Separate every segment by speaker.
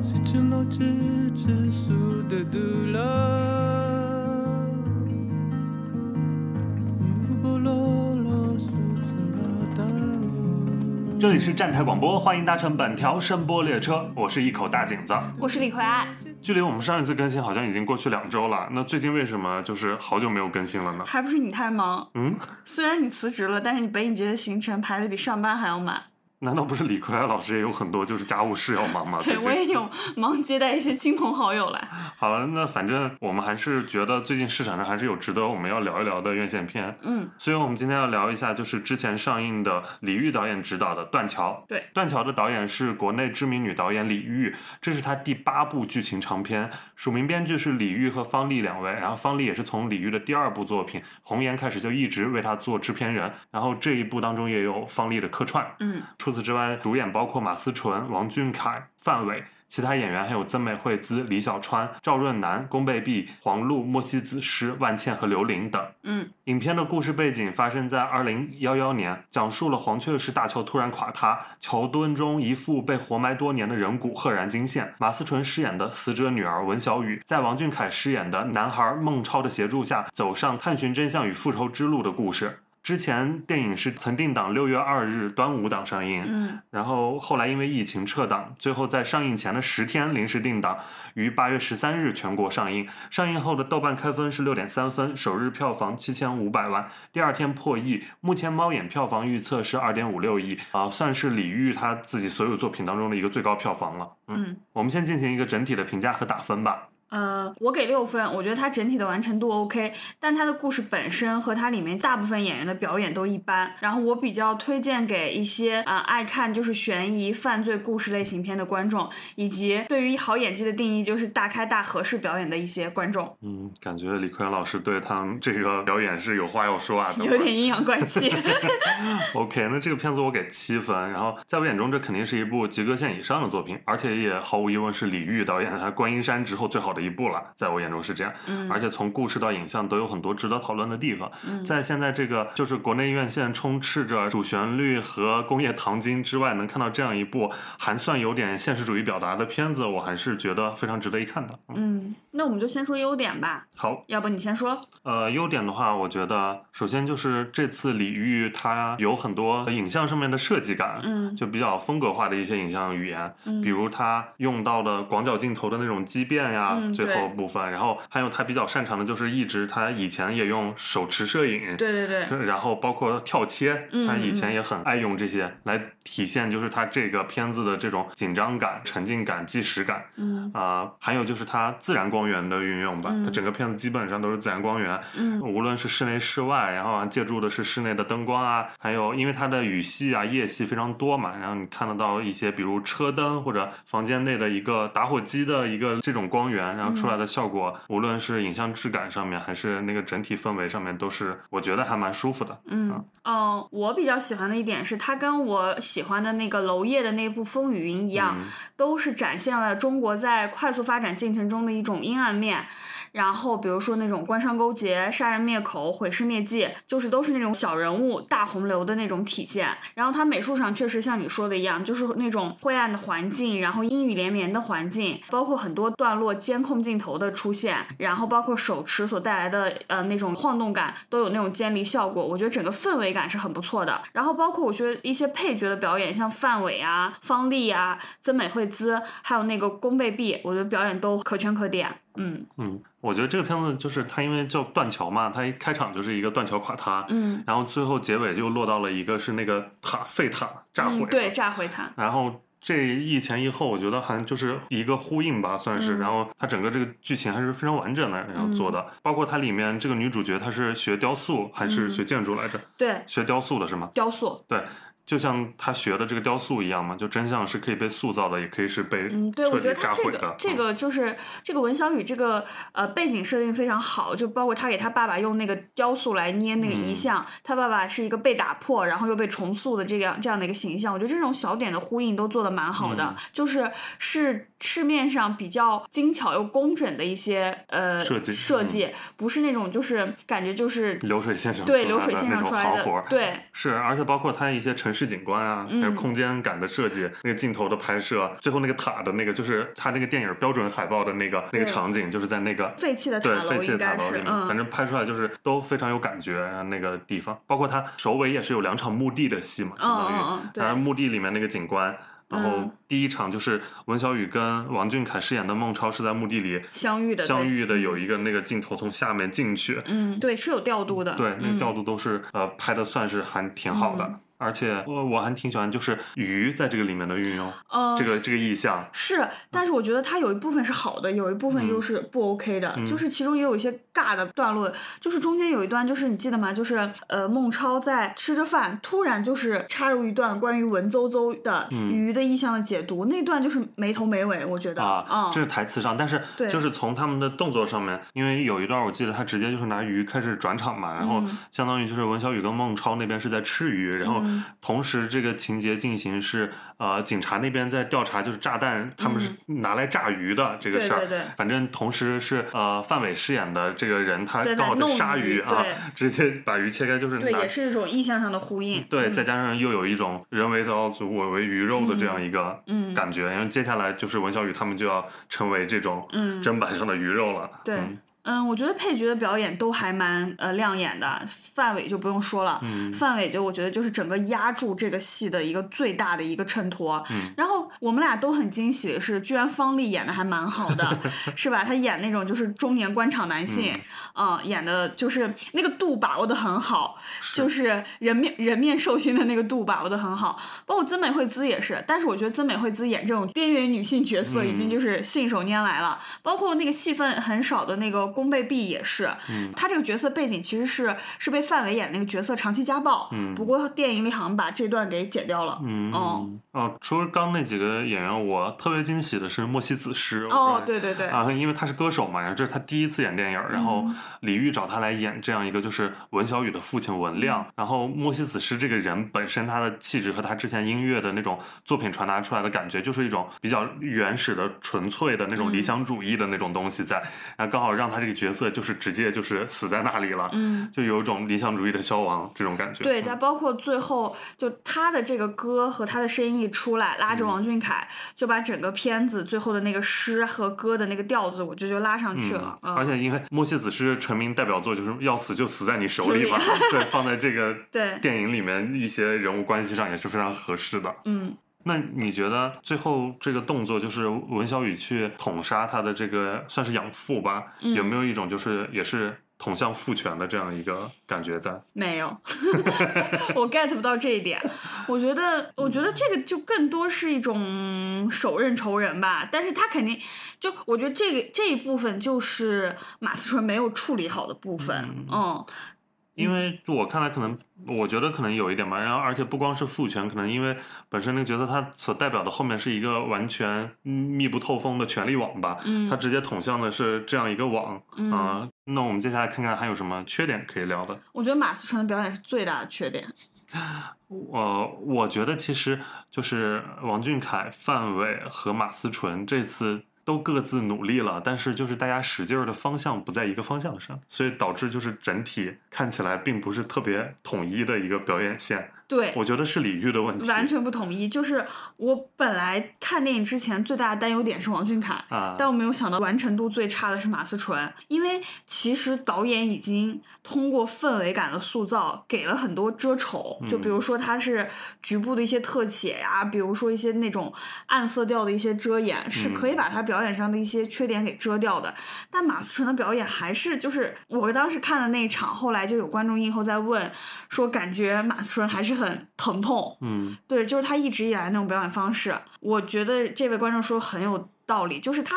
Speaker 1: C'est une autiste sous de douleur. Mbololo sous
Speaker 2: 这里是站台广播，欢迎搭乘本条声波列车，我是一口大井子。
Speaker 3: 我是李逵啊爱，
Speaker 2: 距离我们上一次更新好像已经过去两周了，那最近为什么就是好久没有更新了呢？
Speaker 3: 还不是你太忙。
Speaker 2: 嗯，
Speaker 3: 虽然你辞职了，但是你北影节的行程排的比上班还要满。
Speaker 2: 难道不是李逵爱老师也有很多就是家务事要忙吗？
Speaker 3: 对
Speaker 2: 最
Speaker 3: 我也
Speaker 2: 近
Speaker 3: 有忙接待一些亲朋好友来。
Speaker 2: 好了，那反正我们还是觉得最近市场上还是有值得我们要聊一聊的院线片，
Speaker 3: 嗯，
Speaker 2: 所以我们今天要聊一下就是之前上映的李玉导演执导的《断桥》。
Speaker 3: 对，
Speaker 2: 《断桥》的导演是国内知名女导演李玉，这是她第八部剧情长片，署名编剧是李玉和方丽两位。然后方丽也是从李玉的第二部作品《红颜》开始就一直为她做制片人，然后这一部当中也有方丽的客串。
Speaker 3: 嗯，
Speaker 2: 除此之外，主演包括马思纯、王俊凯、范伟。其他演员还有曾美惠孜、李小川、赵润南、宫贝碧、黄璐、莫西子诗、万茜和刘琳等。
Speaker 3: 嗯
Speaker 2: 影片的故事背景发生在二零幺幺年，讲述了黄雀市大桥突然垮塌，桥墩中一副被活埋多年的人骨赫然惊现。马思纯饰演的死者女儿文小雨，在王俊凯饰演的男孩孟超的协助下，走上探寻真相与复仇之路的故事。之前电影是曾定档六月二日端午档上映，
Speaker 3: 嗯，
Speaker 2: 然后后来因为疫情撤档，最后在上映前的十天临时定档，于八月十三日全国上映。上映后的豆瓣开分是六点三分，首日票房七千五百万，第二天破亿。目前猫眼票房预测是二点五六亿啊、算是李玉他自己所有作品当中的一个最高票房了。
Speaker 3: 嗯，
Speaker 2: 我们先进行一个整体的评价和打分吧。
Speaker 3: 呃，我给六分，我觉得它整体的完成度 OK，但它的故事本身和它里面大部分演员的表演都一般。然后我比较推荐给一些啊、呃爱看就是悬疑、犯罪故事类型片的观众，以及对于好演技的定义就是大开大合适表演的一些观 众，
Speaker 2: 嗯，感觉李坤老师对他们这个表演是有话要说 啊，等会
Speaker 3: 有
Speaker 2: 儿
Speaker 3: 点阴阳怪 气。
Speaker 2: OK，那这个片子我给七分，然后在我眼中，这肯定是一部及格线以上的作品，而且也毫无疑问是李玉导演他《观音山》之后最好的一部了，在我眼中是这样。
Speaker 3: 嗯
Speaker 2: 而且从故事到影像都有很多值得讨论的地方。
Speaker 3: 嗯
Speaker 2: 在现在这个就是国内院线充斥着主旋律和工业糖精之外，能看到这样一部还算有点现实主义表达的片子，我还是觉得非常值得一看的。嗯
Speaker 3: 嗯，那我们就先说优点吧，
Speaker 2: 好，
Speaker 3: 要不你先说。
Speaker 2: 呃，优点的话，我觉得首先就是这次李玉他有很多影像上面的设计感，
Speaker 3: 嗯
Speaker 2: 就比较风格化的一些影像语言，
Speaker 3: 嗯
Speaker 2: 比如他用到的广角镜头的那种畸变呀，
Speaker 3: 嗯
Speaker 2: 最后
Speaker 3: 对
Speaker 2: 部分，然后还有他比较擅长的就是一直他以前也用手持摄影，
Speaker 3: 对对对，
Speaker 2: 然后包括跳切，
Speaker 3: 嗯
Speaker 2: 他以
Speaker 3: 嗯
Speaker 2: 前也很爱用这些来体现就是他这个片子的这种紧张感、沉浸感、纪实感，
Speaker 3: 嗯
Speaker 2: 啊、还有就是它自然光源的运用吧，
Speaker 3: 嗯
Speaker 2: 它整个片子基本上都是自然光源，
Speaker 3: 嗯
Speaker 2: 无论是室内室外，然后还借助的是室内的灯光啊，还有因为它的雨戏啊、夜戏非常多嘛，然后你看得到一些比如车灯或者房间内的一个打火机的一个这种光源，然后出来
Speaker 3: 嗯
Speaker 2: 的效果，无论是影像质感上面，还是那个整体氛围上面，都是我觉得还蛮舒服的。
Speaker 3: 嗯嗯，我比较喜欢的一点是，它跟我喜欢的那个娄烨的那部《风雨云》一样，
Speaker 2: 嗯
Speaker 3: 都是展现了中国在快速发展进程中的一种阴暗面。然后，比如说那种官商勾结、杀人灭口、毁尸灭迹，就是都是那种小人物大洪流的那种体现。然后，它美术上确实像你说的一样，就是那种灰暗的环境，然后阴雨连绵的环境，包括很多段落监控镜头的出现，然后包括手持所带来的呃那种晃动感，都有那种监离效果。我觉得整个氛围感是很不错的。然后，包括我觉得一些配角的表演，像范伟啊、方丽啊、曾美惠孜，还有那个宫贝碧，我觉得表演都可圈可点。嗯
Speaker 2: 嗯，我觉得这个片子就是它，因为叫断桥嘛，它一开场就是一个断桥垮塌，
Speaker 3: 嗯，
Speaker 2: 然后最后结尾就落到了一个是那个塔废塔炸毁、
Speaker 3: 嗯，对，，炸毁它。
Speaker 2: 然后。这一前一后，我觉得好像就是一个呼应吧，算是。
Speaker 3: 嗯
Speaker 2: 然后它整个这个剧情还是非常完整的，然后做的，包括它里面这个女主角她是学雕塑还是
Speaker 3: 嗯
Speaker 2: 学建筑来着？
Speaker 3: 对，
Speaker 2: 学雕塑的是吗？
Speaker 3: 雕塑。
Speaker 2: 对，就像她学的这个雕塑一样嘛，就真相是可以被塑造的，也可以是被
Speaker 3: 嗯，对，
Speaker 2: 彻
Speaker 3: 我
Speaker 2: 底
Speaker 3: 觉得他
Speaker 2: 炸
Speaker 3: 这
Speaker 2: 毁
Speaker 3: 个
Speaker 2: 的。
Speaker 3: 这
Speaker 2: 嗯
Speaker 3: 个就是这个文小雨这个呃背景设定非常好，就包括他给他爸爸用那个雕塑来捏那个
Speaker 2: 嗯
Speaker 3: 遗像，他爸爸是一个被打破然后又被重塑的这个这样的一个形象，我觉得这种小点的呼应都做的蛮好的，
Speaker 2: 嗯
Speaker 3: 就是是市面上比较精巧又工整的一些呃
Speaker 2: 设计嗯
Speaker 3: 设计，不是那种就是感觉就是
Speaker 2: 流水线上
Speaker 3: 对
Speaker 2: 出
Speaker 3: 流
Speaker 2: 来
Speaker 3: 水
Speaker 2: 的
Speaker 3: 线
Speaker 2: 那
Speaker 3: 上
Speaker 2: 种
Speaker 3: 出来
Speaker 2: 行活
Speaker 3: 的
Speaker 2: 儿，
Speaker 3: 对，
Speaker 2: 是，而且包括它一些城城市景观啊，
Speaker 3: 嗯
Speaker 2: 还有空间感的设计，那个镜头的拍摄，最后那个塔的那个，就是它那个电影标准海报的那个那个
Speaker 3: 对
Speaker 2: 场景，就是在那个
Speaker 3: 废弃的塔
Speaker 2: 对
Speaker 3: 楼
Speaker 2: 废弃的
Speaker 3: 应
Speaker 2: 塔
Speaker 3: 该
Speaker 2: 楼
Speaker 3: 是，
Speaker 2: 里面，
Speaker 3: 嗯，
Speaker 2: 反正拍出来就是都非常有感觉。啊那个地方，包括它首尾也是有两场墓地的戏嘛，相当于，
Speaker 3: 嗯嗯嗯对
Speaker 2: 然后墓地里面那个景观。然后
Speaker 3: 嗯
Speaker 2: 第一场就是文小宇跟王俊凯饰演的孟超是在墓地里
Speaker 3: 相遇的嗯
Speaker 2: 相
Speaker 3: 对
Speaker 2: 遇的，有一个那个镜头从下面进去，
Speaker 3: 嗯，对，是有调度的，
Speaker 2: 对，那个
Speaker 3: 嗯
Speaker 2: 调度都是、呃拍的算是还挺好的，
Speaker 3: 嗯
Speaker 2: 而且呃我我还挺喜欢就是鱼在这个里面的运用，
Speaker 3: 呃，
Speaker 2: 这个这个意象，
Speaker 3: 是，但是我觉得它有一部分是好的，有一部分又是不 OK 的，
Speaker 2: 嗯
Speaker 3: 就是其中也有一些尬的段落，就是中间有一段，就是你记得吗？就是呃，孟超在吃着饭，突然就是插入一段关于文绉绉的
Speaker 2: 嗯
Speaker 3: 鱼的意象的解读，那段就是没头没尾，我觉得
Speaker 2: 啊，这
Speaker 3: 嗯
Speaker 2: 是台词上，但是
Speaker 3: 对
Speaker 2: 就是从他们的动作上面，因为有一段我记得他直接就是拿鱼开始转场嘛，然后
Speaker 3: 嗯
Speaker 2: 相当于就是文小宇跟孟超那边是在吃鱼，然后
Speaker 3: 嗯
Speaker 2: 同时这个情节进行是呃警察那边在调查就是炸弹，他们是拿来炸鱼的这个
Speaker 3: 嗯对
Speaker 2: 事儿，
Speaker 3: 对对
Speaker 2: 反正同时是呃范伟饰演的这个人他
Speaker 3: 在
Speaker 2: 刚好在
Speaker 3: 弄
Speaker 2: 杀
Speaker 3: 鱼
Speaker 2: 啊
Speaker 3: 对，
Speaker 2: 直接把鱼切开就是
Speaker 3: 对，
Speaker 2: 拿
Speaker 3: 也是一种意象上的呼应，
Speaker 2: 对，
Speaker 3: 嗯
Speaker 2: 再加上又有一种人为刀俎我为鱼肉的这样一个
Speaker 3: 嗯嗯
Speaker 2: 感觉，因为接下来就是文小宇他们就要成为这种
Speaker 3: 嗯
Speaker 2: 砧板上的鱼肉了。
Speaker 3: 对
Speaker 2: 嗯
Speaker 3: 嗯，我觉得配角的表演都还蛮呃亮眼的，范伟就不用说了，
Speaker 2: 嗯
Speaker 3: 范伟就我觉得就是整个压住这个戏的一个最大的一个衬托。
Speaker 2: 嗯
Speaker 3: 然后我们俩都很惊喜的是，居然方丽演的还蛮好 的，是吧？她演那种就是中年官场男性，嗯、演的就是那个度把握的很好，就是人面人面兽心的那个度把握的很好。包括曾美惠孜也是，但是我觉得曾美惠孜演这种边缘女性角色已经
Speaker 2: 嗯
Speaker 3: 就是信手拈来了。包括那个戏份很少的那个宫贝碧也是，
Speaker 2: 嗯
Speaker 3: 她这个角色背景其实是是被范伟演那个角色长期家暴，
Speaker 2: 嗯
Speaker 3: 不过电影里好像把这段给剪掉了。
Speaker 2: 嗯
Speaker 3: 哦
Speaker 2: 哦，除了刚那几个演员，我特别惊喜的是莫西子诗。我
Speaker 3: 哦
Speaker 2: 刚，才
Speaker 3: 对对对，嗯
Speaker 2: 啊，因为他是歌手嘛，然后这是他第一次演电影儿，然后李玉找他来演这样一个就是文小宇的父亲文亮，
Speaker 3: 嗯
Speaker 2: 然后莫西子诗这个人本身他的气质和他之前音乐的那种作品传达出来的感觉，就是一种比较原始的、纯粹的那种
Speaker 3: 嗯
Speaker 2: 理想主义的那种东西在，然后刚好让他这个角色就是直接就是死在那里了，
Speaker 3: 嗯，
Speaker 2: 就有一种理想主义的消亡这种感觉。
Speaker 3: 对，
Speaker 2: 嗯
Speaker 3: 它包括最后就他的这个歌和他的声音一出来，拉着
Speaker 2: 嗯
Speaker 3: 王俊凯就把整个片子最后的那个诗和歌的那个调子，我觉得就拉上去了。嗯
Speaker 2: 而且因为莫西子诗成名代表作就是要死就死在你手 里吧，对，放在这个
Speaker 3: 对
Speaker 2: 电影里面一些人物关系上也是非常合适的。
Speaker 3: 嗯，
Speaker 2: 那你觉得最后这个动作就是文小宇去捅杀他的这个算是养父吧？
Speaker 3: 嗯
Speaker 2: 有没有一种就是也是捅向父权的这样一个感觉在？
Speaker 3: 没有，我 get 不到这一点。我觉得，我觉得这个就更多是一种手刃仇人吧。但是他肯定就，我觉得这个这一部分就是马思纯没有处理好的部分
Speaker 2: 嗯。
Speaker 3: 嗯
Speaker 2: 因为我看来，可能我觉得可能有一点吧，然后而且不光是父权，可能因为本身那个角色他所代表的后面是一个完全密不透风的权力网吧，
Speaker 3: 嗯
Speaker 2: 他直接捅向的是这样一个网啊、
Speaker 3: 嗯
Speaker 2: 那我们接下来看看还有什么缺点可以聊的。
Speaker 3: 我觉得马思纯的表演是最大的缺点。
Speaker 2: 呃，我觉得其实就是王俊凯、范伟和马思纯这次都各自努力了，但是就是大家使劲儿的方向不在一个方向上，所以导致就是整体看起来并不是特别统一的一个表演线。
Speaker 3: 对，
Speaker 2: 我觉得是李玉的问题，
Speaker 3: 完全不统一。就是我本来看电影之前最大的担忧点是王俊凯，
Speaker 2: 啊，
Speaker 3: 但我没有想到完成度最差的是马思纯，因为其实导演已经通过氛围感的塑造给了很多遮丑，就比如说它是局部的一些特写呀、比如说一些那种暗色调的一些遮掩，是可以把他表演上的一些缺点给遮掉的。但马思纯的表演还是就是我当时看的那一场，后来就有观众映后在问说，感觉马思纯还是很疼痛，
Speaker 2: 嗯
Speaker 3: 对，就是他一直以来那种表演方式，我觉得这位观众说很有道理，就是他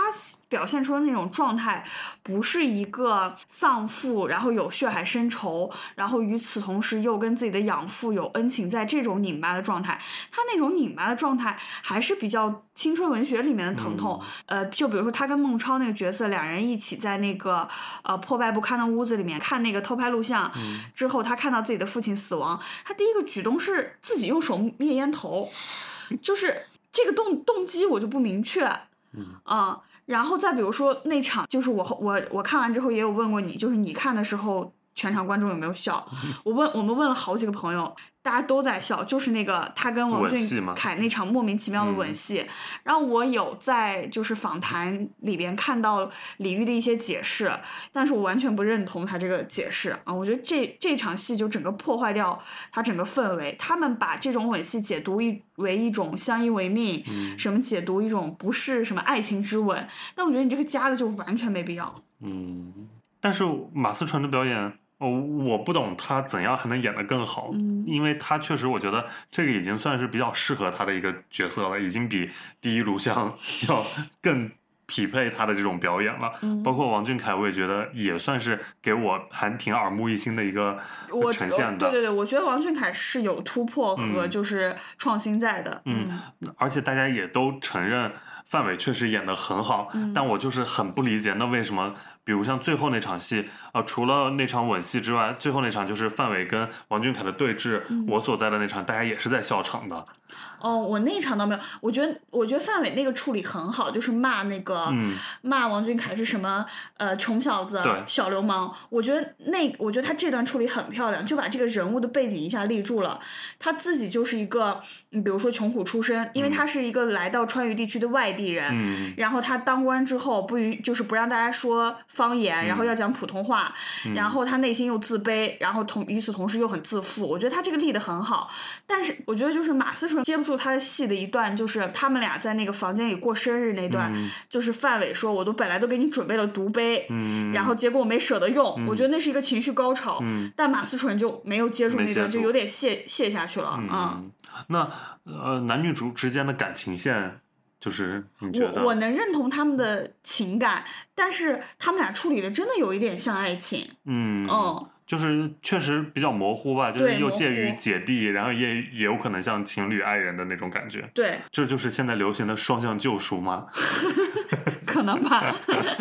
Speaker 3: 表现出的那种状态，不是一个丧父，然后有血海深仇，然后与此同时又跟自己的养父有恩情在这种拧巴的状态，他那种拧巴的状态还是比较青春文学里面的疼痛。呃，就比如说他跟孟超那个角色，两人一起在那个呃破败不堪的屋子里面看那个偷拍录像，
Speaker 2: 嗯
Speaker 3: 之后他看到自己的父亲死亡，他第一个举动是自己用手灭烟头，就是这个动动机我就不明确，
Speaker 2: 嗯
Speaker 3: 啊然后再比如说那场，就是我后我我看完之后也有问过你，就是你看的时候全场观众有没 有笑。我问我们问了好几个朋友，大家都在笑，就是那个他跟王
Speaker 2: 吻戏吗
Speaker 3: 俊凯那场莫名其妙的吻
Speaker 2: 嗯
Speaker 3: 戏。然后我有在就是访谈里边看到李玉的一些解释，但是我完全不认同他这个解释啊。我觉得这这场戏就整个破坏掉他整个氛围，他们把这种吻戏解读一为一种相依为命，
Speaker 2: 嗯
Speaker 3: 什么解读一种不是什么爱情之吻，但我觉得你这个加的就完全没必要。
Speaker 2: 嗯，但是马思纯的表演，哦，我不懂她怎样还能演得更好，
Speaker 3: 嗯
Speaker 2: 因为她确实，我觉得这个已经算是比较适合她的一个角色了，已经比第一炉香 要更匹配她的这种表演了。
Speaker 3: 嗯
Speaker 2: 包括王俊凯，我也觉得也算是给我还挺耳目一新的一个
Speaker 3: 我
Speaker 2: 呈
Speaker 3: 我
Speaker 2: 现
Speaker 3: 对对
Speaker 2: 的。
Speaker 3: 对，我觉得王俊凯是有突破和
Speaker 2: 嗯
Speaker 3: 就是创新在的。
Speaker 2: 嗯而且大家也都承认范伟确实演得很好，
Speaker 3: 嗯
Speaker 2: 但我就是很不理解，那为什么，比如像最后那场戏，呃，除了那场吻戏之外，最后那场就是范伟跟王俊凯的对峙，
Speaker 3: 嗯
Speaker 2: 我所在的那场，大家也是在笑场的，
Speaker 3: 哦，我那一场倒没有，我觉得我觉得范伟那个处理很好，就是骂那个、
Speaker 2: 嗯
Speaker 3: 骂王俊凯是什么呃穷小子
Speaker 2: 对、
Speaker 3: 小流氓。我觉得那我觉得他这段处理很漂亮，就把这个人物的背景一下立住了。他自己就是一个，嗯比如说穷苦出身，因为
Speaker 2: 嗯
Speaker 3: 他是一个来到川渝地区的外地人，
Speaker 2: 嗯
Speaker 3: 然后他当官之后不允就是不让大家说方言，然后
Speaker 2: 嗯
Speaker 3: 要讲普通话，然后他内心又自卑，然后同与此同时又很自负。我觉得他这个立得很好，但是我觉得就是马思纯接不住他的戏的一段，就是他们俩在那个房间里过生日那段，
Speaker 2: 嗯
Speaker 3: 就是范伟说：“我都本来都给你准备了毒杯，
Speaker 2: 嗯，
Speaker 3: 然后结果我没舍得用。我觉得那是一个情绪高潮，
Speaker 2: 嗯
Speaker 3: 但马思纯就没有接住
Speaker 2: 没
Speaker 3: 那
Speaker 2: 接
Speaker 3: 段，就
Speaker 2: 住
Speaker 3: 有点卸卸下去了。嗯
Speaker 2: 嗯，那呃，男女主之间的感情线，就是你觉得
Speaker 3: 我我能认同他们的情感，但是他们俩处理的真的有一点像爱情，
Speaker 2: 嗯
Speaker 3: 嗯，
Speaker 2: 就是确实比较模糊吧，就是
Speaker 3: 对
Speaker 2: 又
Speaker 3: 模
Speaker 2: 介于
Speaker 3: 糊
Speaker 2: 姐弟，然后也也有可能像情侣爱人的那种感觉。
Speaker 3: 对，
Speaker 2: 这就是现在流行的双向救赎吗？
Speaker 3: 可能吧。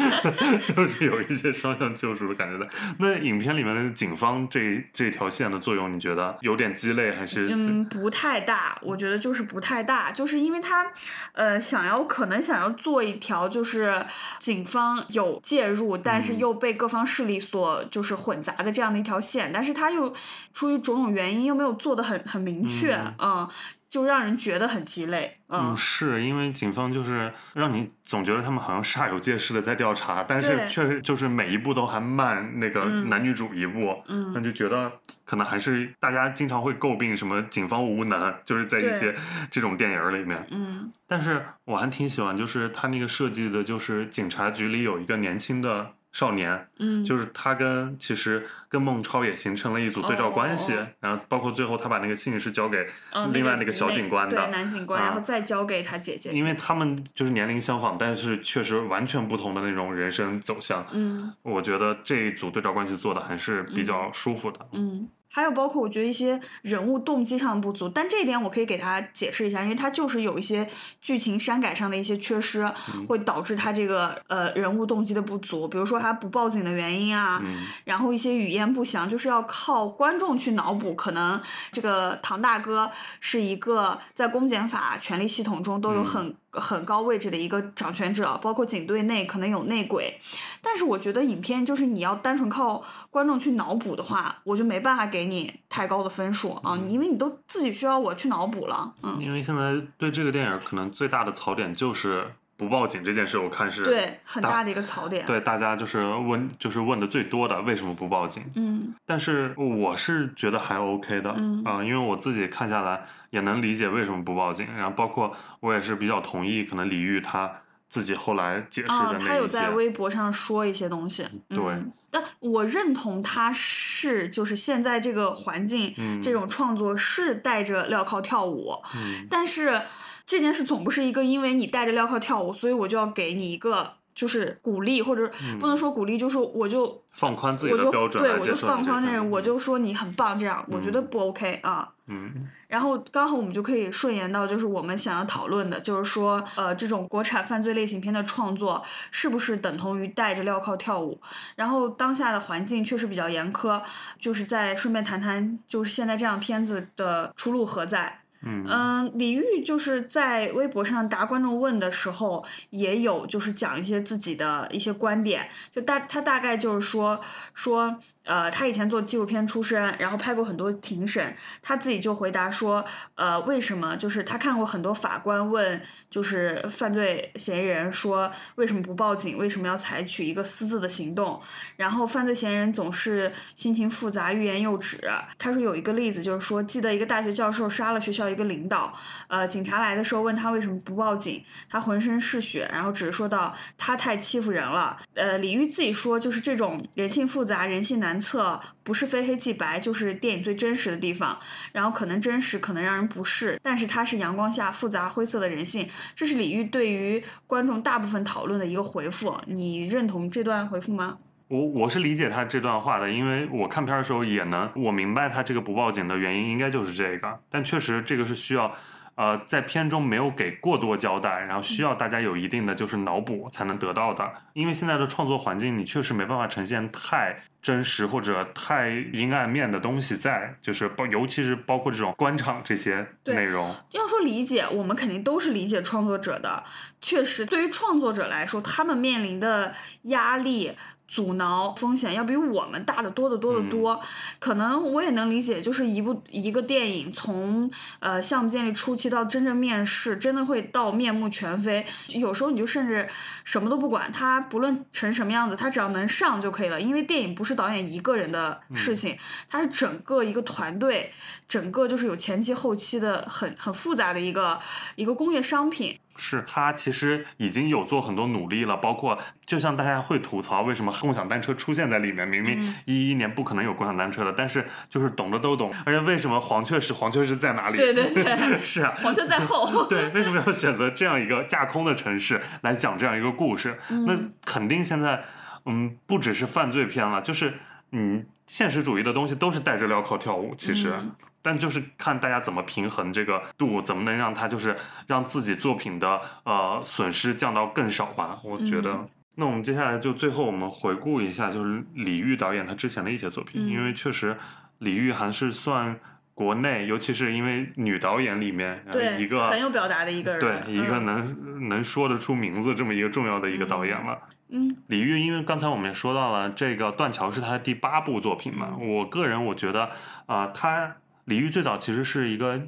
Speaker 2: 就是有一些双向救赎的感觉的。那影片里面的警方这这条线的作用，你觉得有点鸡肋还是？
Speaker 3: 嗯，不太大，我觉得就是不太大，就是因为他，呃，想要可能想要做一条就是警方有介入，但是
Speaker 2: 嗯
Speaker 3: 又被各方势力所就是混杂的这样的一条线，但是他又出于种种原因又没有做的很很明确，
Speaker 2: 嗯
Speaker 3: 嗯、就让人觉得很鸡肋，
Speaker 2: 嗯，是因为警方就是让你总觉得他们好像煞有介事的在调查，但是
Speaker 3: 对
Speaker 2: 确实就是每一步都还慢那个
Speaker 3: 嗯
Speaker 2: 男女主一步，那
Speaker 3: 嗯
Speaker 2: 就觉得可能还是大家经常会诟病什么警方无能，就是在一
Speaker 3: 对
Speaker 2: 些这种电影里面。
Speaker 3: 嗯
Speaker 2: 但是我还挺喜欢，就是他那个设计的，就是警察局里有一个年轻的少年，
Speaker 3: 嗯，
Speaker 2: 就是他跟其实跟孟超也形成了一组对照关系，
Speaker 3: 哦哦
Speaker 2: 然后包括最后他把那个信是交给
Speaker 3: 嗯
Speaker 2: 另外那个小警官的
Speaker 3: 对男警官，
Speaker 2: 啊
Speaker 3: 然后再交给他姐姐，
Speaker 2: 因为他们就是年龄相仿，但是确实完全不同的那种人生走向。
Speaker 3: 嗯。
Speaker 2: 我觉得这一组对照关系做的还是比较舒服的。
Speaker 3: 嗯，还有包括我觉得一些人物动机上的不足，但这一点我可以给他解释一下，因为他就是有一些剧情删改上的一些缺失，会导致他这个呃人物动机的不足，比如说他不报警的原因啊，
Speaker 2: 嗯
Speaker 3: 然后一些语言不详，就是要靠观众去脑补。可能这个唐大哥是一个在公检法权力系统中都
Speaker 2: 嗯
Speaker 3: 有很、很高位置的一个掌权者，包括警队内可能有内鬼。但是我觉得影片就是你要单纯靠观众去脑补的话，我就没办法给你太高的分数啊，
Speaker 2: 嗯
Speaker 3: 因为你都自己需要我去脑补了。嗯，
Speaker 2: 因为现在对这个电影可能最大的槽点就是不报警这件事，我看是
Speaker 3: 对，很
Speaker 2: 大
Speaker 3: 大的一个槽点。
Speaker 2: 对大家就是问就是问的最多的为什么不报警？
Speaker 3: 嗯
Speaker 2: 但是我是觉得还 OK 的，
Speaker 3: 嗯
Speaker 2: 啊、因为我自己看下来也能理解为什么不报警，然后包括我也是比较同意，可能李玉他自己后来解释
Speaker 3: 啊
Speaker 2: 的，
Speaker 3: 他
Speaker 2: 那
Speaker 3: 有
Speaker 2: 一些，
Speaker 3: 在微博上说一些东西。
Speaker 2: 对
Speaker 3: 嗯但我认同他是，就是现在这个环境，
Speaker 2: 嗯
Speaker 3: 这种创作是带着镣铐跳舞，
Speaker 2: 嗯
Speaker 3: 但是这件事总不是一个因为你带着镣铐跳舞，所以我就要给你一个就是鼓励，或者不能说鼓励，就是我就
Speaker 2: 放宽嗯自己
Speaker 3: 我
Speaker 2: 的
Speaker 3: 就
Speaker 2: 标准
Speaker 3: 对
Speaker 2: 来
Speaker 3: 我
Speaker 2: 接
Speaker 3: 就
Speaker 2: 受
Speaker 3: 放
Speaker 2: 你这
Speaker 3: 宽
Speaker 2: 个东
Speaker 3: 那种，
Speaker 2: 西
Speaker 3: 我就说你很棒，这样我觉得不 OK 啊。
Speaker 2: 嗯
Speaker 3: 然后刚好我们就可以顺延到，就是我们想要讨论的，就是说，呃，这种国产犯罪类型片的创作是不是等同于戴着镣铐跳舞？然后当下的环境确实比较严苛，就是再顺便谈谈，就是现在这样片子的出路何在？
Speaker 2: 嗯
Speaker 3: 嗯，李玉就是在微博上答观众问的时候，也有就是讲一些自己的一些观点，就大他大概就是说说呃，他以前做纪录片出身，然后拍过很多庭审，他自己就回答说，呃，为什么就是他看过很多法官问，就是犯罪嫌疑人说为什么不报警，为什么要采取一个私自的行动，然后犯罪嫌疑人总是心情复杂，欲言又止。他说有一个例子就是说，记得一个大学教授杀了学校一个领导，呃，警察来的时候问他为什么不报警，他浑身是血，然后只是说到他太欺负人了。呃，李玉自己说，就是这种人性复杂、人性难测，不是非黑即白，就是电影最真实的地方。然后可能真实，可能让人不适，但是它是阳光下复杂灰色的人性。这是李玉对于观众大部分讨论的一个回复。你认同这段回复吗？
Speaker 2: 我我是理解他这段话的，因为我看片儿的时候也能，我明白他这个不报警的原因应该就是这个，但确实这个是需要，呃，在片中没有给过多交代，然后需要大家有一定的就是脑补才能得到的，因为现在的创作环境你确实没办法呈现太真实或者太阴暗面的东西在，就是包尤其是包括这种官场这些
Speaker 3: 对
Speaker 2: 内容，
Speaker 3: 要说理解，我们肯定都是理解创作者的。确实，对于创作者来说，他们面临的压力、阻挠、风险要比我们大得多得多得多。可能我也能理解，就是一部一个电影从呃项目建立初期到真正面试，真的会到面目全非。有时候你就甚至什么都不管，它不论成什么样子，它只要能上就可以了。因为电影不是导演一个人的事情，它是整个一个团队，整个就是有前期后期的很很复杂的一个一个工业商品。
Speaker 2: 是他其实已经有做很多努力了，包括就像大家会吐槽为什么共享单车出现在里面，明明
Speaker 3: 嗯
Speaker 2: 一一年不可能有共享单车的，但是就是懂的都懂。而且为什么黄雀是黄雀是在哪里？
Speaker 3: 对对 对
Speaker 2: 是啊。，
Speaker 3: 黄雀在后
Speaker 2: 对，为什么要选择这样一个架空的城市来讲这样一个故事？那
Speaker 3: 嗯
Speaker 2: 肯定现在，嗯，不只是犯罪片了，就是嗯，现实主义的东西都是带着镣铐跳舞，其实。
Speaker 3: 嗯
Speaker 2: 但就是看大家怎么平衡这个度，怎么能让它就是让自己作品的呃损失降到更少吧？我觉得。
Speaker 3: 嗯
Speaker 2: 那我们接下来就最后我们回顾一下，就是李玉导演他之前的一些作品，
Speaker 3: 嗯
Speaker 2: 因为确实李玉还是算国内，尤其是因为女导演里面呃
Speaker 3: 对，
Speaker 2: 一个
Speaker 3: 很有表达的一个人，
Speaker 2: 对一个
Speaker 3: 嗯
Speaker 2: 能、能说得出名字这么一个重要的一个导演了。
Speaker 3: 嗯
Speaker 2: 李玉，因为刚才我们也说到了，这个《断桥》是他的第八部作品嘛。
Speaker 3: 嗯
Speaker 2: 我个人我觉得，啊、他李玉最早其实是一个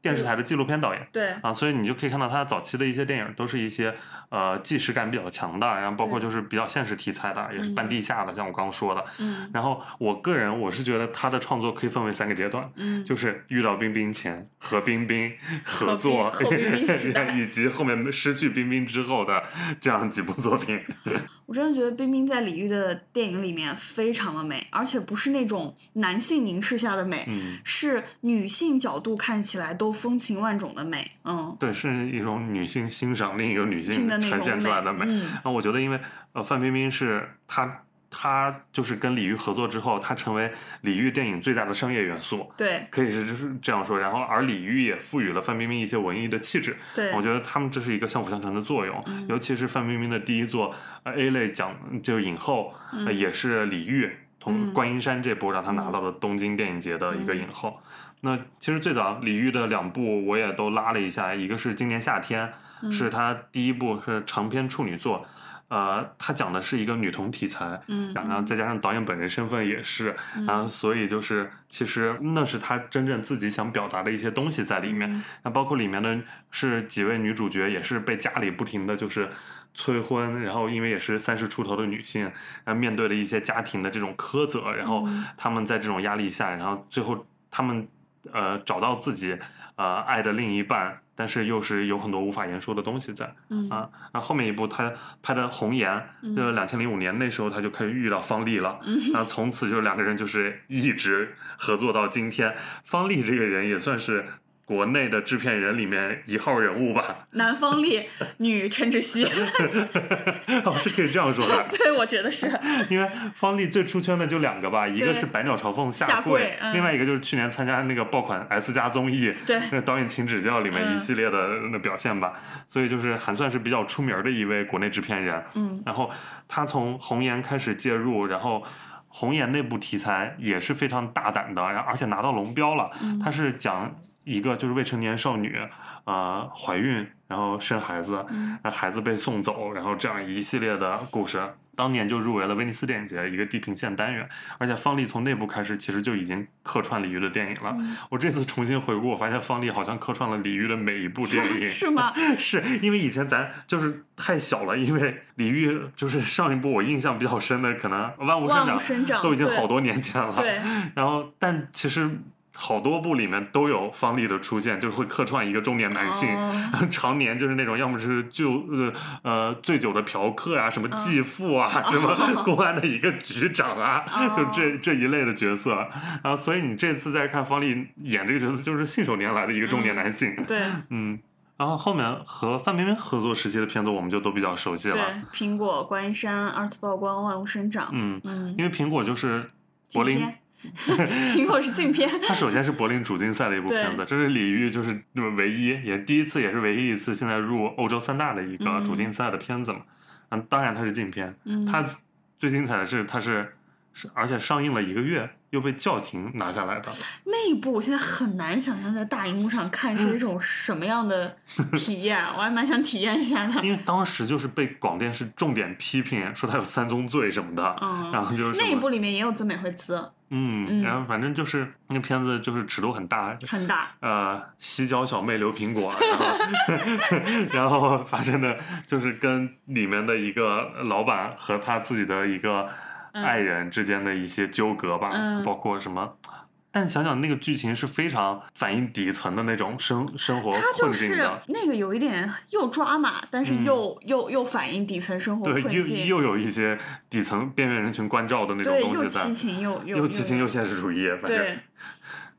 Speaker 2: 电视台的纪录片导演
Speaker 3: 对，
Speaker 2: 啊，所以你就可以看到他早期的一些电影都是一些呃纪实感比较强的，然后包括
Speaker 3: 对
Speaker 2: 就是比较现实题材的，也是
Speaker 3: 嗯
Speaker 2: 半地下的，像我刚刚说的。
Speaker 3: 嗯
Speaker 2: 然后我个人我是觉得他的创作可以分为三个阶段，
Speaker 3: 嗯，
Speaker 2: 就是遇到冰冰前和冰冰 合
Speaker 3: 合
Speaker 2: 作，
Speaker 3: 并后冰 冰时代
Speaker 2: 以及后面失去冰冰之后的这样几部作品。
Speaker 3: 我真的觉得冰冰在李玉的电影里面非常的美，而且不是那种男性凝视下的美，
Speaker 2: 嗯，
Speaker 3: 是女性角度看起来都风情万种的美。嗯，
Speaker 2: 对，是一种女性欣赏另一个女性
Speaker 3: 性的那
Speaker 2: 呈现
Speaker 3: 种
Speaker 2: 出来的美。
Speaker 3: 嗯
Speaker 2: 那、我觉得，因为呃，范冰冰是她，她就是跟李玉合作之后，她成为李玉电影最大的商业元素，
Speaker 3: 对
Speaker 2: 可以是就是这样说。然后，而李玉也赋予了范冰冰一些文艺的气质。
Speaker 3: 对，
Speaker 2: 我觉得他们这是一个相辅相成的作用，
Speaker 3: 嗯
Speaker 2: 尤其是范冰冰的第一作呃 A 类奖就影后，呃
Speaker 3: 嗯
Speaker 2: 也是李玉同
Speaker 3: 嗯
Speaker 2: 观音山这部让她拿
Speaker 3: 嗯
Speaker 2: 到了东京电影节的一个
Speaker 3: 嗯
Speaker 2: 影后。那其实最早李玉的两部我也都拉了一下，一个是今年夏天，
Speaker 3: 嗯
Speaker 2: 是她第一部是长篇处女作，呃，她讲的是一个女童题材，
Speaker 3: 嗯，
Speaker 2: 然后再加上导演本人身份也是，
Speaker 3: 嗯
Speaker 2: 然后所以就是其实那是她真正自己想表达的一些东西在里面。啊
Speaker 3: 嗯
Speaker 2: 那包括里面的是几位女主角，也是被家里不停的就是催婚，然后因为也是三十出头的女性，然后面对了一些家庭的这种苛责，然后
Speaker 3: 嗯
Speaker 2: 她们在这种压力下，然后最后她们呃找到自己呃爱的另一半，但是又是有很多无法言说的东西在。
Speaker 3: 嗯
Speaker 2: 啊然后后面一部她拍的《红颜》，
Speaker 3: 嗯
Speaker 2: 就是两千零五年那时候她就开始遇到方丽了， 然后从此就两个人就是一直合作到今天。方丽这个人也算是国内的制片人里面一号人物吧，
Speaker 3: 男方力，女陈芷溪，
Speaker 2: 哦，是可以这样说 的，
Speaker 3: 对，我觉得是，
Speaker 2: 因为方丽最出圈的就两个吧，一个
Speaker 3: 对
Speaker 2: 是《百鸟朝凤》
Speaker 3: 下
Speaker 2: 跪，
Speaker 3: 跪嗯
Speaker 2: 另外一个就是去年参加那个爆款 S 加综艺。
Speaker 3: 对，
Speaker 2: 那导演请指教里面
Speaker 3: 嗯
Speaker 2: 一系列的那表现吧，所以就是还算是比较出名儿的一位国内制片人。
Speaker 3: 嗯
Speaker 2: 然后他从红颜开始介入，然后红颜那部题材也是非常大胆的，然后而且拿到龙标了。
Speaker 3: 嗯
Speaker 2: 他是讲一个就是未成年少女，呃，怀孕，然然后生孩子，
Speaker 3: 嗯
Speaker 2: 那孩子被送走，然后这样一系列的故事，当年就入围了威尼斯电影节一个地平线单元。而且方丽从内部开始，其实就已经客串李玉的电影了。
Speaker 3: 嗯
Speaker 2: 我这次重新回顾，我发现方丽好像客串了李玉的每一部电影。
Speaker 3: 是吗？
Speaker 2: 是因为以前咱就是太小了，因为李玉就是上一部我印象比较深的，可能《万物生
Speaker 3: 万
Speaker 2: 长
Speaker 3: 物》生长
Speaker 2: 都已经
Speaker 3: 对
Speaker 2: 好多年前了。
Speaker 3: 对，
Speaker 2: 然后，但其实好多部里面都有方丽的出现，就会客串一个中年男性，
Speaker 3: 哦
Speaker 2: 然后 常年就是那种要么是就呃呃醉酒的嫖客啊，什
Speaker 3: 嗯
Speaker 2: 么继父啊， 什么公安的一个局长啊，
Speaker 3: 哦
Speaker 2: 就这这一类的角色。然后，所以你这次再看方丽演这个角色，就是信手拈来的一个中年男性。
Speaker 3: 对
Speaker 2: 嗯，然后后面和范冰冰合作时期的片子，我们就都比较熟悉
Speaker 3: 对
Speaker 2: 了。，
Speaker 3: 苹果、观音山、二次曝光、万物生长，
Speaker 2: 嗯，
Speaker 3: 嗯，
Speaker 2: 因为苹果就是柏
Speaker 3: 禁
Speaker 2: 林
Speaker 3: 片，苹果是禁片，
Speaker 2: 它首先是柏林主竞赛的一部片子，这是李玉就是唯一也第一次也是唯一一次现在入欧洲三大的一个
Speaker 3: 嗯
Speaker 2: 主竞赛的片子嘛。嗯，当然它是禁片，
Speaker 3: 嗯，
Speaker 2: 它最精彩的是它是是而且上映了一个月又被叫停拿下 来的。
Speaker 3: 那一部我现在很难想象在大荧幕上看是一种什么 样的体验，我还蛮想体验一下的。
Speaker 2: 因为当时就是被广电是重点批评，说它有三宗罪什么的，
Speaker 3: 嗯
Speaker 2: 然后啊就是什
Speaker 3: 那
Speaker 2: 么
Speaker 3: 一部里面也有曾美惠子，嗯
Speaker 2: 嗯，然后反正就是那片子就是尺度很大，
Speaker 3: 很大，
Speaker 2: 呃，洗脚小妹留苹果，啊然后 然后发生的就是跟里面的一个老板和他自己的一个
Speaker 3: 嗯
Speaker 2: 爱人之间的一些纠葛吧，
Speaker 3: 嗯
Speaker 2: 包括什么。但想想那个剧情是非常反映底层的那种生生活
Speaker 3: 它
Speaker 2: 困
Speaker 3: 就
Speaker 2: 境
Speaker 3: 是
Speaker 2: 的，
Speaker 3: 那个有一点又抓马，但是又、又又反映底层生活
Speaker 2: 嗯对，
Speaker 3: 困
Speaker 2: 又
Speaker 3: 境，
Speaker 2: 又有一些底层边缘人群关照的那种
Speaker 3: 对
Speaker 2: 东西
Speaker 3: 又
Speaker 2: 在
Speaker 3: 激，情又又
Speaker 2: 又激情又现实主义，反正
Speaker 3: 对。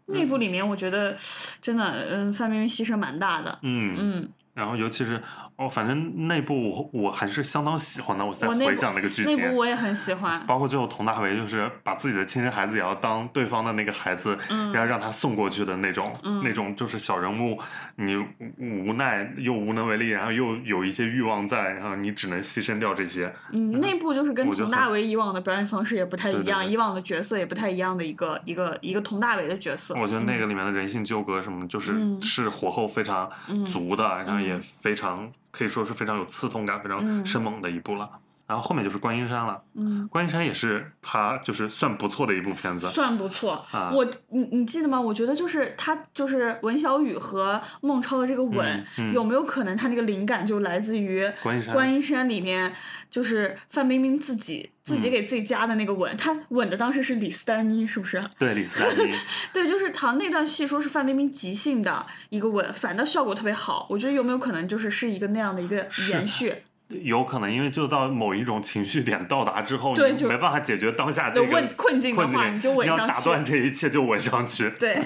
Speaker 3: 那
Speaker 2: 嗯
Speaker 3: 部里面我觉得真的，嗯，范冰冰牺牲蛮大的，
Speaker 2: 嗯
Speaker 3: 嗯，
Speaker 2: 然后尤其是哦，反正那部我我还是相当喜欢的，我再
Speaker 3: 我那部
Speaker 2: 回想那个剧
Speaker 3: 那
Speaker 2: 情，
Speaker 3: 部我也很喜欢，
Speaker 2: 包括最后佟大为就是把自己的亲生孩子也要当对方的那个孩子，
Speaker 3: 嗯
Speaker 2: 然后让他送过去的那种，
Speaker 3: 嗯
Speaker 2: 那种就是小人物，你无无奈又无能为力，然后又有一些欲望在，然后你只能牺牲掉这些。
Speaker 3: 嗯，那部就是跟
Speaker 2: 我觉得
Speaker 3: 佟
Speaker 2: 很
Speaker 3: 大为以往的表演方式也不太一样，
Speaker 2: 对对对
Speaker 3: 以往的角色也不太一样的一个一个一个佟大为的角色。
Speaker 2: 我觉得那个里面的人性纠葛什么，就是、
Speaker 3: 嗯
Speaker 2: 是火候非常足的，然后也非常可以说是非常有刺痛感、非常
Speaker 3: 嗯
Speaker 2: 生猛的一部了。然后后面就是观音山了，
Speaker 3: 嗯，
Speaker 2: 观音山也是他就是算不错的一部片子
Speaker 3: 嗯，。算不错。
Speaker 2: 啊
Speaker 3: 我你你记得吗？我觉得就是他就是文小宇和孟超的这个吻，
Speaker 2: 嗯嗯
Speaker 3: 有没有可能他那个灵感就来自于
Speaker 2: 观音山
Speaker 3: 观音山里面，就是范冰冰自己自己
Speaker 2: 嗯
Speaker 3: 给自己加的那个吻，她吻的当时是李斯丹妮，是不是？
Speaker 2: 对李斯丹妮，
Speaker 3: 对，就是好像那段戏说是范冰冰即兴的一个吻，反倒效果特别好。我觉得有没有可能就是是一个那样的一个
Speaker 2: 是
Speaker 3: 延续
Speaker 2: 有可能，因为就到某一种情绪点到达之后，
Speaker 3: 对
Speaker 2: 你
Speaker 3: 就
Speaker 2: 没办法解决当下
Speaker 3: 的
Speaker 2: 这
Speaker 3: 问
Speaker 2: 个
Speaker 3: 困境的
Speaker 2: 困
Speaker 3: 话，
Speaker 2: 境，
Speaker 3: 你就吻
Speaker 2: 要
Speaker 3: 上
Speaker 2: 打
Speaker 3: 去。
Speaker 2: 断这一切就吻上去。
Speaker 3: 对，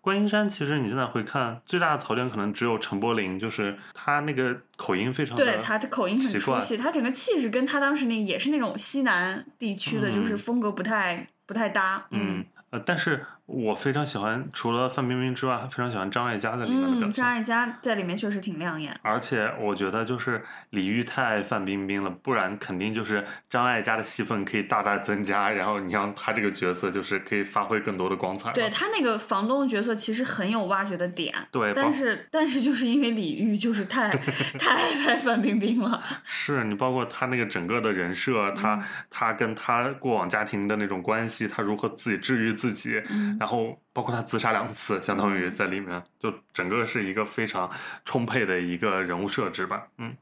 Speaker 2: 观音山其实你现在回看，最大的槽点可能只有陈柏霖，就是他那个口音非常的
Speaker 3: 对，他的口音
Speaker 2: 奇
Speaker 3: 很出
Speaker 2: 怪
Speaker 3: 戏，他整个气质跟他当时那个也是那种西南地区的，就是
Speaker 2: 嗯
Speaker 3: 风格不太不太搭。
Speaker 2: 嗯呃，但是我非常喜欢，除了范冰冰之外，非常喜欢张艾嘉在里面的表
Speaker 3: 嗯，
Speaker 2: 现。
Speaker 3: 张艾嘉在里面确实挺亮眼。
Speaker 2: 而且我觉得就是李玉太爱范冰冰了，不然肯定就是张艾嘉的戏份可以大大增加，然后你让他这个角色就是可以发挥更多的光彩了。
Speaker 3: 对他那个房东的角色其实很有挖掘的点，
Speaker 2: 对，包
Speaker 3: 但是但是就是因为李玉就 是太太爱拍范冰冰了，
Speaker 2: 是你包括他那个整个的人设，他、
Speaker 3: 嗯
Speaker 2: 他跟他过往家庭的那种关系，他如何自己治愈自己，
Speaker 3: 嗯
Speaker 2: 然后包括他自杀两次，相当于在里面就整个是一个非常充沛的一个人物设置吧。嗯，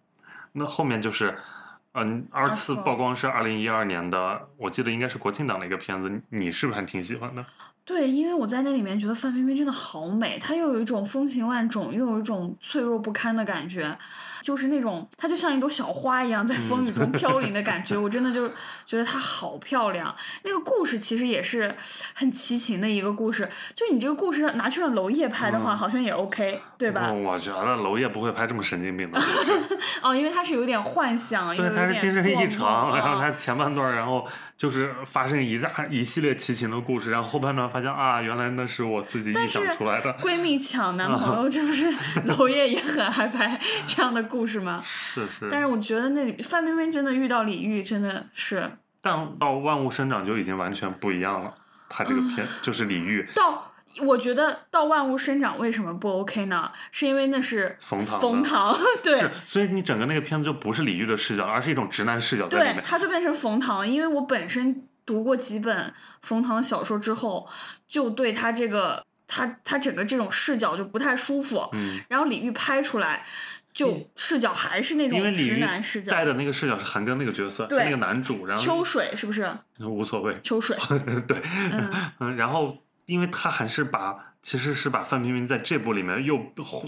Speaker 2: 那后面就是。嗯，二次
Speaker 3: 二次
Speaker 2: 曝光是二零一二年的，我记得应该是国庆档的一个片子，你你是不是还挺喜欢的？
Speaker 3: 对，因为我在那里面觉得范冰冰真的好美，她又有一种风情万种，又有一种脆弱不堪的感觉，就是那种她就像一朵小花一样在
Speaker 2: 嗯
Speaker 3: 风雨中飘零的 感觉。我真的就是觉得她好漂亮。那个故事其实也是很齐秦的一个故事，就你这个故事让拿去让娄烨拍的话，
Speaker 2: 嗯
Speaker 3: 好像也 OK，对吧？
Speaker 2: 嗯我觉得娄烨不会拍这么神经 病的故事，
Speaker 3: 哦，因为她是有点幻想，
Speaker 2: 对，
Speaker 3: 有
Speaker 2: 他是
Speaker 3: 点
Speaker 2: 精神
Speaker 3: 做
Speaker 2: 异
Speaker 3: 梦
Speaker 2: 常，然后
Speaker 3: 啊
Speaker 2: 他前半段儿，然后就是发生一大一系列奇情的故事，然后后半段发现啊，原来那是我自己臆
Speaker 3: 但是
Speaker 2: 想出来的。
Speaker 3: 闺蜜抢男
Speaker 2: 嗯
Speaker 3: 朋友，这不是娄烨也很爱拍这样的故事吗？
Speaker 2: 是是，
Speaker 3: 但是我觉得那里范冰冰真的遇到李玉，真的是嗯
Speaker 2: 但到万物生长就已经完全不一样了。他这个片、就是李玉，
Speaker 3: 到我觉得到万物生长为什么不 OK 呢？是因为那是
Speaker 2: 冯唐的
Speaker 3: 冯唐 对
Speaker 2: 是，所以你整个那个片子就不是李玉的视角，而是一种直男视角在里
Speaker 3: 对，
Speaker 2: 面。
Speaker 3: 它就变成冯唐。因为我本身读过几本冯唐的小说之后，就对他这个他他整个这种视角就不太舒服。
Speaker 2: 嗯，
Speaker 3: 然后李煜拍出来，就视角还是那
Speaker 2: 因为
Speaker 3: 种
Speaker 2: 李
Speaker 3: 直
Speaker 2: 玉
Speaker 3: 男视角。
Speaker 2: 带的那个视角是韩庚那个角色，是
Speaker 3: 对
Speaker 2: 那个男主，然后
Speaker 3: 秋水是不是？
Speaker 2: 无所谓，
Speaker 3: 秋水，
Speaker 2: 对，
Speaker 3: 嗯，
Speaker 2: 嗯，然后因为他还是把其实是把范冰冰在这部里面又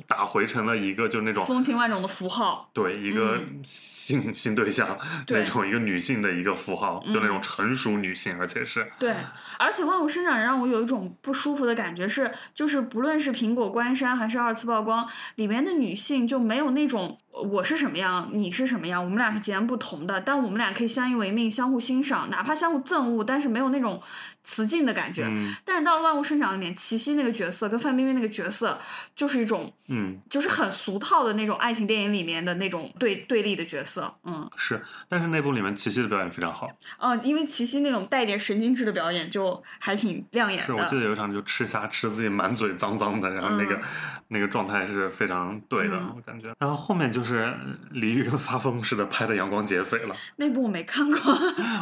Speaker 2: 打回成了一个就是那种
Speaker 3: 风情万种的符号。
Speaker 2: 对一个性、性对象那
Speaker 3: 嗯对嗯
Speaker 2: 种一个女性的一个符号，就那种成熟女性，而且是
Speaker 3: 对，而且万物生长让我有一种不舒服的感觉是，就是不论是苹果关山还是二次曝光，里面的女性就没有那种呃我是什么样，你是什么样，我们俩是截然不同的，但我们俩可以相依为命，相互欣赏，哪怕相互憎恶，但是没有那种雌竞的感觉。
Speaker 2: 嗯
Speaker 3: 但是到了万物生长里面，齐溪那个角色跟范冰冰那个角色就是一种，
Speaker 2: 嗯
Speaker 3: 就是很俗套的那种爱情电影里面的那种对对立的角色，嗯。
Speaker 2: 是，但是那部里面琪琪的表演非常好，
Speaker 3: 哦，因为齐溪那种带点神经质的表演就还挺亮眼的。
Speaker 2: 是我记得有一场就吃虾吃自己满嘴脏脏的，然后那个、那个状态是非常对的，
Speaker 3: 嗯
Speaker 2: 我感觉。然后后面就是李玉跟发疯似的拍的《阳光劫匪》了。
Speaker 3: 那部我没看过。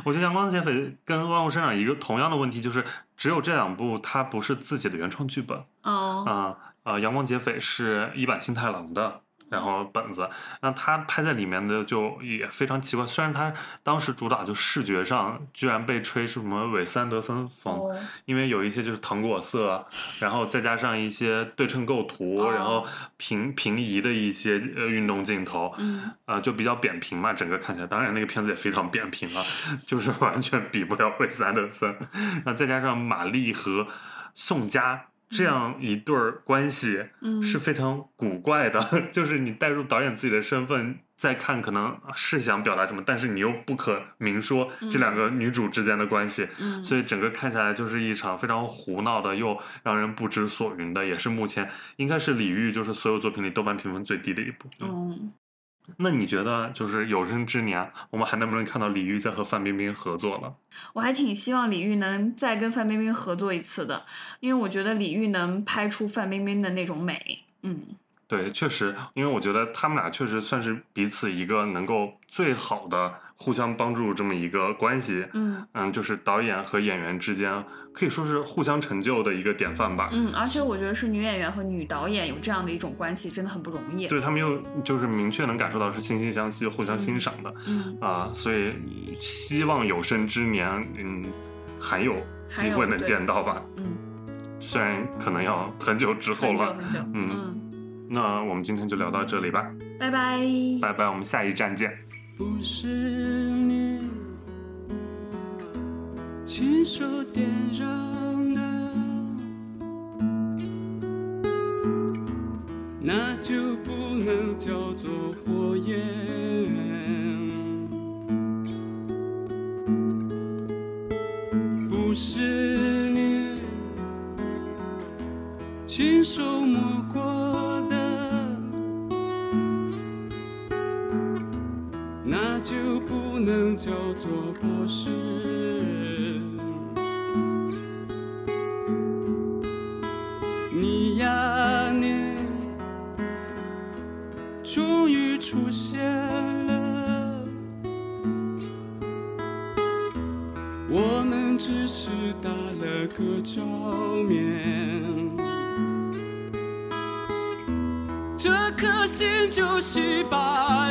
Speaker 2: 我觉得《阳光劫匪》跟《万物生长》一个同样的问题，就是只有这两部它不是自己的原创剧本
Speaker 3: 哦，
Speaker 2: 啊、呃。阳光劫匪》是一坂新太郎的。然后本子，那他拍在里面的就也非常奇怪。虽然他当时主打就视觉上，居然被吹是什么韦斯安德森风，
Speaker 3: 哦
Speaker 2: 因为有一些就是糖果色，然后再加上一些对称构图，
Speaker 3: 哦
Speaker 2: 然后平平移的一些呃运动镜头，
Speaker 3: 嗯，
Speaker 2: 呃，就比较扁平嘛，整个看起来，当然那个片子也非常扁 平了，就是完全比不了韦斯安德森。那再加上马丽和宋佳这样一对儿关系，
Speaker 3: 嗯
Speaker 2: 是非常古怪的， 就是你带入导演自己的身份再看，可能是想表达什么，但是你又不可明说这两个女主之间的关系，
Speaker 3: 嗯
Speaker 2: 所以整个看下来就是一场非常胡闹的，又让人不知所云的，也是目前应该是李玉就是所有作品里豆瓣评分最低的一部。
Speaker 3: 嗯，
Speaker 2: 那你觉得就是有生之年，我们还能不能看到李玉在和范冰冰合作了？
Speaker 3: 我还挺希望李玉能再跟范冰冰合作一次的，因为我觉得李玉能拍出范冰冰的那种美。嗯
Speaker 2: 对，确实，因为我觉得他们俩确实算是彼此一个能够最好的互相帮助这么一个关系。
Speaker 3: 嗯
Speaker 2: 嗯，就是导演和演员之间可以说是互相成就的一个典范吧。
Speaker 3: 嗯，而且我觉得是女演员和女导演有这样的一种关系，真的很不容易。
Speaker 2: 对他们又就是明确能感受到是惺惺相惜、互相欣赏的
Speaker 3: 嗯，
Speaker 2: 啊、所以希望有生之年，嗯，还有
Speaker 3: 还
Speaker 2: 机
Speaker 3: 有
Speaker 2: 会能
Speaker 3: 对
Speaker 2: 见到吧。
Speaker 3: 嗯，
Speaker 2: 虽然可能要很久之后
Speaker 3: 很久
Speaker 2: 了。
Speaker 3: 很久。
Speaker 2: 嗯
Speaker 3: 嗯，
Speaker 2: 那我们今天就聊到这里吧，
Speaker 3: 拜拜。
Speaker 2: 拜拜，我们下一站见。
Speaker 1: 不是你亲手点燃的，那就不能叫做火焰。不是你亲手摸过的。那就不能叫做博士。你呀，你终于出现了，我们只是打了个照面。这颗心就稀巴